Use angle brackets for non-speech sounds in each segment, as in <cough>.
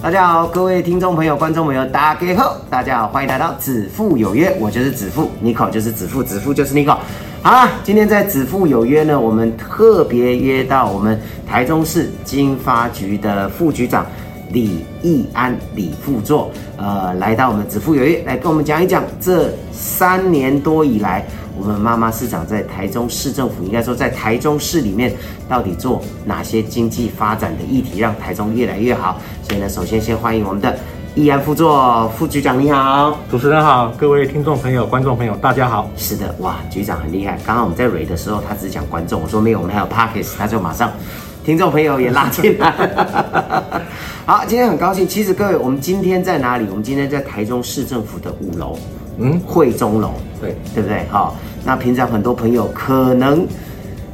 大家好，各位听众朋友、观众朋友，大家好！大家好，欢迎来到子父有约，我就是子父，Nico 就是子父，子父就是 Nico。好啦，今天在子父有约呢，我们特别约到我们台中市经发局的副局长李义安李副座，呃，来到我们子父有约，来跟我们讲一讲这三年多以来，我们妈妈市长在台中市政府，应该说在台中市里面到底做哪些经济发展的议题，让台中越来越好。所以呢，首先先欢迎我们的易安副座副局长，你好。主持人好，各位听众朋友、观众朋友，大家好。是的，哇，局长很厉害。刚刚我们在蕊的时候，他只讲观众，我说没有，我们还有 Pockets，他就马上听众朋友也拉进来。好，今天很高兴。其实各位，我们今天在哪里？我们今天在台中市政府的五楼，嗯，会中楼，对，对不对？好、那平常很多朋友可能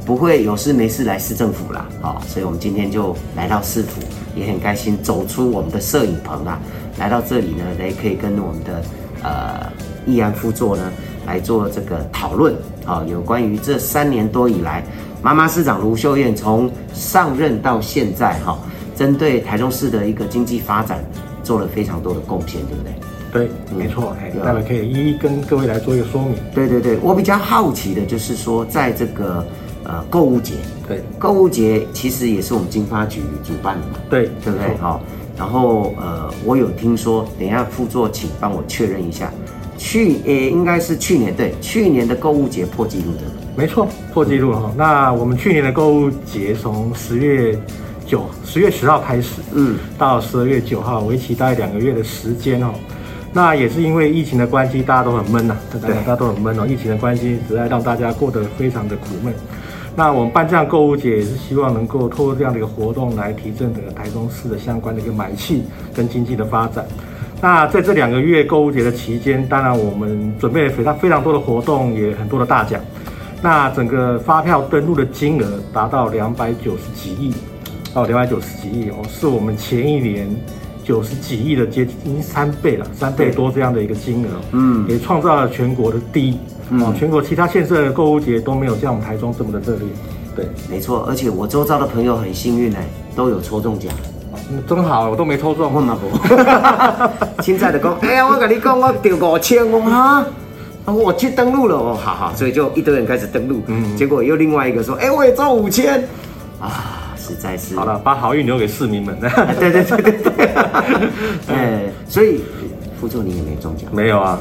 不会有事没事来市政府啦，好、所以我们今天就来到市府，也很开心走出我们的摄影棚啊，来到这里呢，也可以跟我们的呃易安副座呢来做这个讨论，好、有关于这三年多以来，妈妈市长卢秀燕从上任到现在哈、针对台中市的一个经济发展做了非常多的贡献，对不对？对，没错，哎对，啊待会可以一一跟各位来做一个说明。对对对，我比较好奇的就是说，在这个呃购物节，对，购物节其实也是我们经发局主办的嘛，对，对不对没？错好、然后呃，我有听说，等一下副座请帮我确认一下，去呃应该是去年对，去年的购物节破纪录的，没错，破纪录嗯哈。那我们去年的购物节从十月九、十月十号开始，嗯，到十二月九号，为期大概两个月的时间哦。那也是因为疫情的关系，大家都很闷呐、大对家大家都很闷哦。疫情的关系，实在让大家过得非常的苦闷。那我们办这样购物节，也是希望能够透过这样的一个活动来提振整个台中市的相关的一个买气跟经济的发展。那在这两个月购物节的期间，当然我们准备了非常非常多的活动，也很多的大奖。那整个发票登录的金额达到两百九十几亿，哦，两百九十几亿哦，是我们前一年九十几亿的接近三倍了，三倍多这样的一个金额，嗯，也创造了全国的第一，嗯哦，全国其他县市的购物节都没有像我们台中这么的热烈，对，没错，而且我周遭的朋友很幸运呢，都有抽中奖。嗯真好，我都没抽中，我嘛 <laughs> 无，凊彩就讲， <laughs> 哎呀，我跟你讲，我掉五千，我说哈，啊我去登录了，哦，好好，所以就一堆人开始登录，嗯结果又另外一个说，哎，我也中五千，啊，实在是，好了，把好运留给市民们， <laughs> 哎，对对对对对，哎，所以副座你也没中奖，没有啊，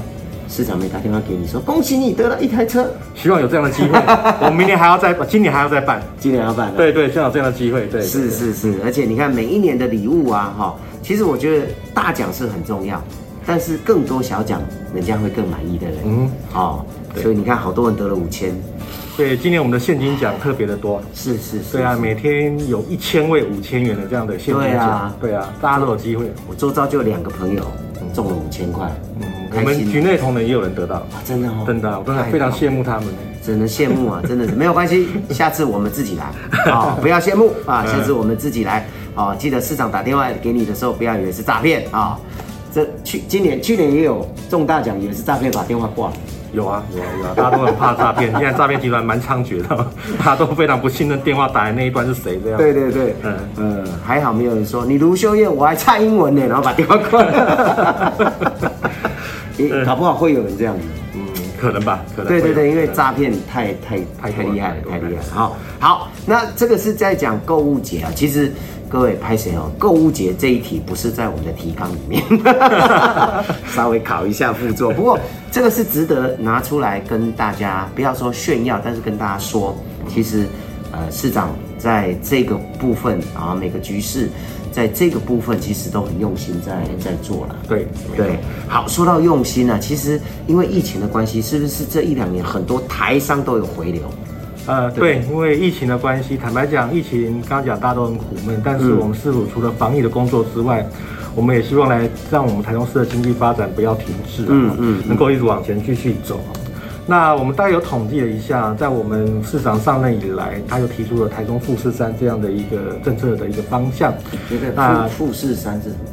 市长没打电话给你说，恭喜你得了一台车，希望有这样的机 <laughs> 会，我们明年还要再，今年还要再办，今年老板，对对，希望有这样的机会，对，是是是，而且你看每一年的礼物啊，哈，其实我觉得大奖是很重要，但是更多小奖，人家会更满意的人。嗯嗯，哦，所以你看，好多人得了五千，对，今年我们的现金奖特别的多。是是是。对啊，是每天有一千位五千元的这样的现金对奖，啊对啊，大家都有机会。我周遭就有两个朋友中了五千块，嗯，我开们局心。内同仁也有人得到，啊真的哦，真的啊，我真的非太好常了羡慕他们。只能羡慕 <laughs> 啊，真的是没有关系，下次我们自己来 <laughs> 啊、不要羡慕啊，下次我们自己来啊、记得市长打电话给你的时候，不要以为是诈骗啊。这去今年去年也有中大奖，以为是诈骗，把电话挂了。有啊有啊有啊，大家都很怕诈 <laughs> 骗，现在诈骗集团蛮猖獗的，大家都非常不信任电话打来那一端是谁这样。对对对，嗯嗯，嗯还好没有人说你卢秀燕，我还差英文呢，然后把电话 <laughs> 挂了。诶搞不好会有人这样子。嗯，可能吧，可能。对对对，因为可能诈骗太太太太多了厉害了，太太多了厉害了。好，好，那这个是在讲购物节啊。其实各位拍谁哦，购物节这一题不是在我们的提纲里面， <laughs> 稍微考一下副作。不过这个是值得拿出来跟大家，不要说炫耀，但是跟大家说，其实呃市长在这个部分啊，每个局势在这个部分其实都很用心在在做了。对对，好，说到用心呢、啊，其实因为疫情的关系，是不是这一两年很多台商都有回流？呃，对，因为疫情的关系，坦白讲，疫情刚刚讲大家都很苦闷，但是我们市府除了防疫的工作之外，我们也希望来让我们台中市的经济发展不要停滞、啊，嗯嗯，能够一直往前继续走。那我们大概有统计了一下，在我们市长上任以来，他又提出了台中富士山这样的一个政策的一个方向。觉得那富富士山是什么？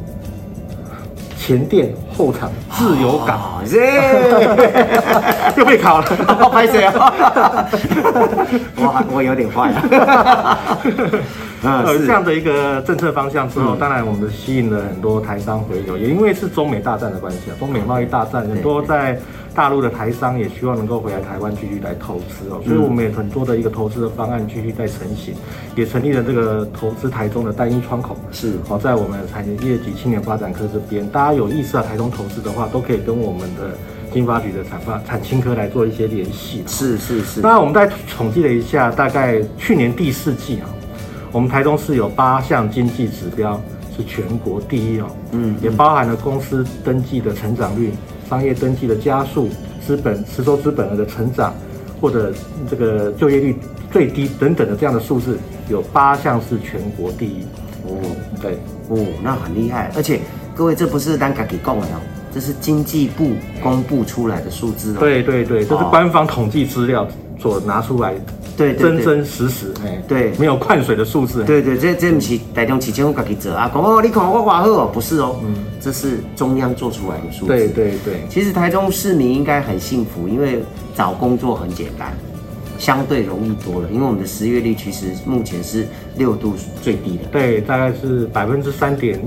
前店后厂自由港，哦耶！ <laughs> 又被考了。哦拍谁啊？ <laughs> 我还我有点坏 <laughs> 啊。嗯，呃，是嗯这样的一个政策方向之后，当然我们吸引了很多台商回流，也因为是中美大战的关系啊，中美贸易大战，很多在大陆的台商也希望能够回来台湾继续来投资嗯哦，所以我们也很多的一个投资的方案继续在成型，也成立了这个投资台中的单一窗口。是好，在我们产业及青年发展科这边，大家有意识啊，台中投资的话，都可以跟我们的经发局的产发产青科来做一些联系。是是是，那我们再统计了一下，大概去年第四季啊，我们台中市有八项经济指标是全国第一哦，嗯，也包含了公司登记的成长率、商业登记的加速、资本实收资本额的成长，或者这个就业率最低等等的这样的数字，有八项是全国第一。哦对，哦，那很厉害，而且各位这不是单卡给供的哦，这是经济部公布出来的数字哦。对对对，这是哦官方统计资料所拿出来，对对真对真实实，哎，对没有灌水的数字，对对，这这不是台中市政府自己做啊，讲哦，你看我画好哦，不是哦，嗯，这是中央做出来的数字。对对对。其实台中市民应该很幸福，因为找工作很简单，相对容易多了。因为我们的失业率其实目前是六度最低的。对，大概是百分之三点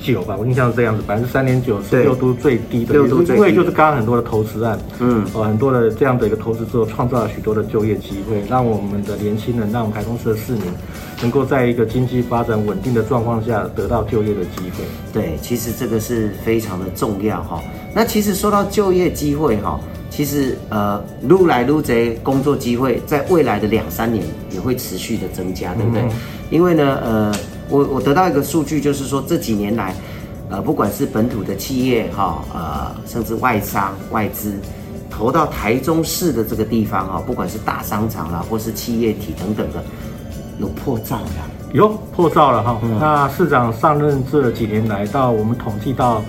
九吧，我印象是这样子，百分之三点九是对六都最低的，六都也最是低因为就是刚刚很多的投资案，嗯呃，很多的这样的一个投资之后，创造了许多的就业机会，让我们的年轻人，让我们台中市的市民，能够在一个经济发展稳定的状况下得到就业的机会。对，其实这个是非常的重要哈、那其实说到就业机会哈、其实呃，撸来撸贼工作机会在未来的两三年也会持续的增加，对不对？因为呢，呃，我我得到一个数据，就是说这几年来，呃，不管是本土的企业哈、呃，甚至外商外资。投到台中市的这个地方哈、不管是大商场啦，或是企业体等等的，有破绽啦。有破兆了哈。那市长上任这几年来到，我们统计到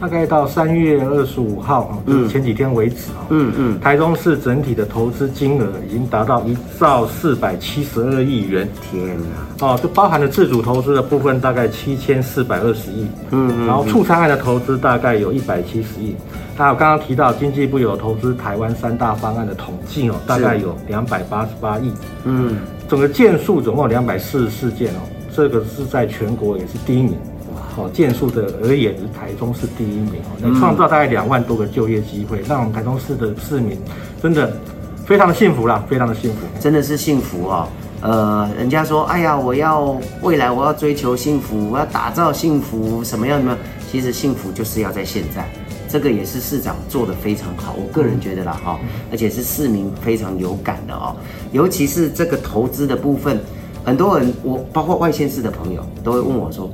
大概到三月二十五号啊，就是前几天为止啊，嗯嗯，台中市整体的投资金额已经达到一兆四百七十二亿元。天啊哪！哦，就包含了自主投资的部分，大概七千四百二十亿，嗯，然后促参案的投资大概有一百七十亿。还有刚刚提到经济部有投资台湾三大方案的统计哦，大概有两百八十八亿，嗯，整个件数总共两百四十四件哦，这个是在全国也是第一名。哦，件数的而言，台中是第一名哦，嗯能创造大概两万多个就业机会，让我们台中市的市民真的非常的幸福啦，非常的幸福。真的是幸福哦。呃，人家说，哎呀，我要未来，我要追求幸福，我要打造幸福，什么样的？其实幸福就是要在现在，这个也是市长做的非常好，我个人觉得啦哈、而且是市民非常有感的哦，尤其是这个投资的部分，很多人我包括外县市的朋友都会问我说，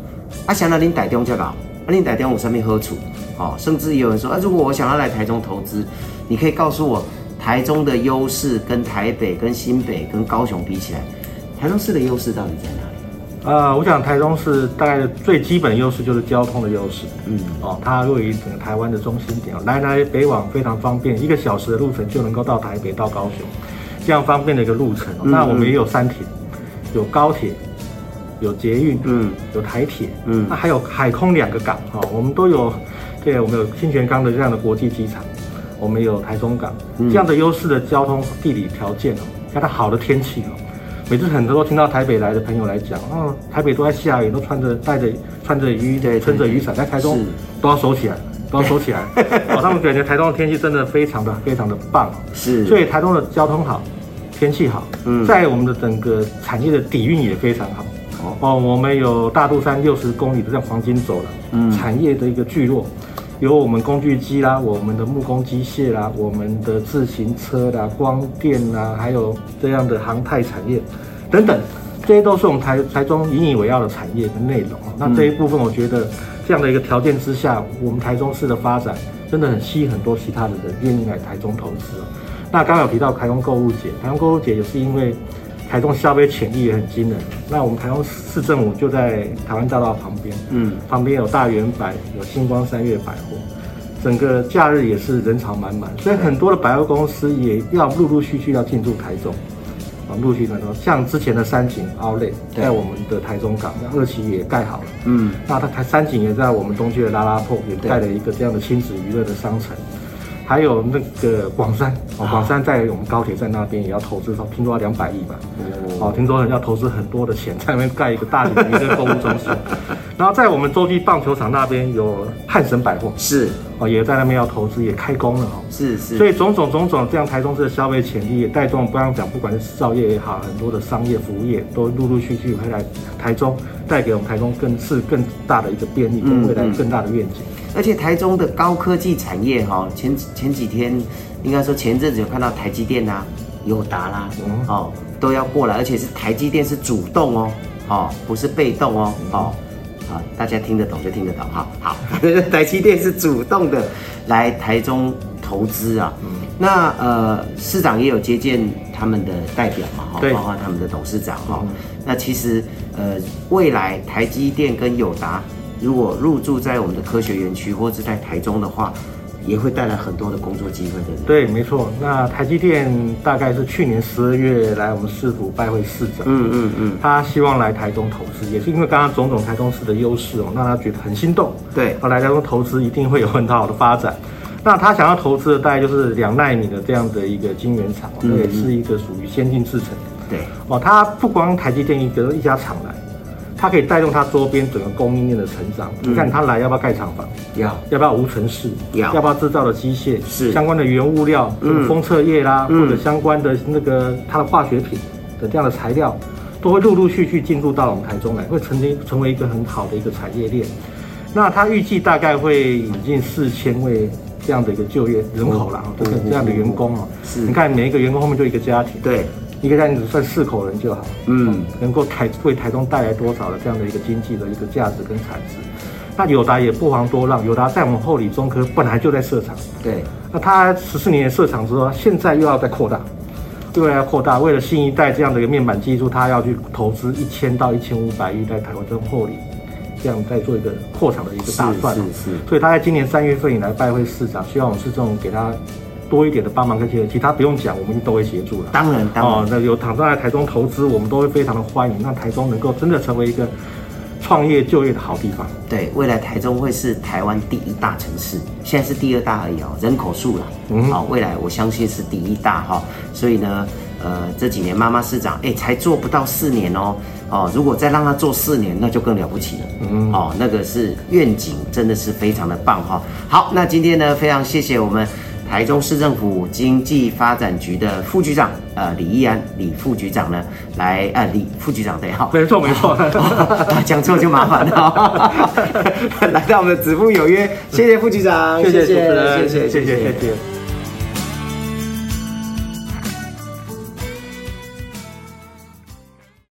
啊，想到您台中这个，啊，您台中有上面喝处，哦，甚至有人说，啊，如果我想要来台中投资，你可以告诉我台中的优势跟台北、跟新北、跟高雄比起来，台中市的优势到底在哪里？呃，我想台中市大概最基本的优势就是交通的优势。嗯，哦，它位于整个台湾的中心点，哦，来来北往非常方便，一个小时的路程就能够到台北、到高雄，这样方便的一个路程、嗯哦。那我们也有山铁，有高铁，有捷运，嗯，有台铁，嗯那还有海空两个港啊、哦，我们都有，对，我们有新泉港的这样的国际机场，我们有台中港、嗯这样的优势的交通地理条件哦，加上好的天气哦。每次很多听到台北来的朋友来讲，哦，台北都在下雨，都穿着带着穿着雨衣，对对撑着雨伞，在台中是都要收起来，都要 <laughs> 收起来。哦，他们感觉台中的天气真的非常的非常的棒哦，是所以台中的交通好，天气好，嗯在我们的整个产业的底蕴也非常好。哦哦，我们有大肚山六十公里的这样黄金走廊，嗯产业的一个聚落，有我们工具机啦，我们的木工机械啦，我们的自行车啦、光电啦，还有这样的航太产业等等，这些都是我们台台中引以为傲的产业的内容嗯哦。那这一部分，我觉得这样的一个条件之下，我们台中市的发展真的很吸引很多其他的人愿意来台中投资哦。那刚刚有提到台中购物节，台中购物节也是因为台中消费潜力也很惊人。那我们台中市政府就在台湾大道旁边，嗯，旁边有大圆百，有星光三月百货。整个假日也是人潮满满，所以很多的百货公司也要陆陆续续要进驻台中，啊，陆续很多，像之前的三井奥莱对在我们的台中港，那二期也盖好了，嗯，那它台三井也在我们东区的拉拉破也对盖了一个这样的亲子娱乐的商城，还有那个广山，哦，广山在我们高铁站那边也要投资，听说要两百亿吧，哦，听说要投资很多的钱在那边盖一个大型的娱乐购物中心，然后在我们洲际棒球场那边有汉神百货，是哦，也在那边要投资，也开工了哦。是是，所以种种种种，这样台中市的消费潜力也带动，不要讲，不管是制造业也好，很多的商业服务业都陆陆续续会来台中，带给我们台中更是更大的一个便利，跟未来更大的愿景。而且台中的高科技产业哈、前前几天应该说前阵子有看到台积电啦、友达啦，嗯哦，都要过来，而且是台积电是主动哦，哦，不是被动哦，哦。啊，大家听得懂就听得懂哈。好， <laughs> 台积电是主动的来台中投资啊。那呃，市长也有接见他们的代表嘛，哈，对包括他们的董事长哈、那其实呃，未来台积电跟友达如果入驻在我们的科学园区或是在台中的话，也会带来很多的工作机会，对不对？对，没错。那台积电大概是去年十二月来我们市府拜会市长，嗯嗯嗯，他希望来台中投资，也是因为刚刚种种台中市的优势哦，让他觉得很心动。对啊，来台中投资一定会有很好的发展。 <laughs> 那他想要投资的大概就是两纳米的这样的一个晶圆厂，这也是一个属于先进制程。对，哦，它不光台积电一个一家厂来，它可以带动它周边整个供应链的成长。你看它来要不要盖厂房？要要不要无尘室？要要不要制造的机械？是相关的原物料，这个封测液啦，嗯或者相关的那个它的化学品的这样的材料，都会陆陆续续进入到我们台中来，会成为成为一个很好的一个产业链。那它预计大概会引进四千位这样的一个就业人口嗯啦，这个这样的员工哦。是你看每一个员工后面就一个家庭，，嗯对，一个家庭只算四口人就好。嗯能够台为台中带来多少的这样的一个经济的一个价值跟产值。那友达也不遑多让，友达在我们后里中科本来就在设厂，对，那它十四年的设厂之后，现在又要再扩大，未来要扩大，为了新一代这样的一个面板技术，它要去投资一千到一千五百亿在台湾中后里，这样再做一个扩厂的一个大是算。是是，所以他在今年三月份以来拜会市长，希望我们市政府给他多一点的帮忙跟协助，其他不用讲，我们都会协助了。当然当然。哦，那有躺在台中投资，我们都会非常的欢迎，让台中能够真的成为一个创业就业的好地方。对，未来台中会是台湾第一大城市，现在是第二大而已哦，人口数啦。嗯好、未来我相信是第一大哈、所以呢，呃，这几年妈妈市长哎才做不到四年哦，哦，如果再让她做四年，那就更了不起了。嗯，哦，那个是愿景，真的是非常的棒哈、好，那今天呢，非常谢谢我们。台中市政府经济发展局的副局长，呃，李义安，李副局长呢，来，呃，李副局长对哈，没错，没错。 <laughs> 讲错就麻烦了 <laughs> 哦。来到我们的子父有约，谢谢副局长，谢谢主持谢人，谢，谢谢，谢谢。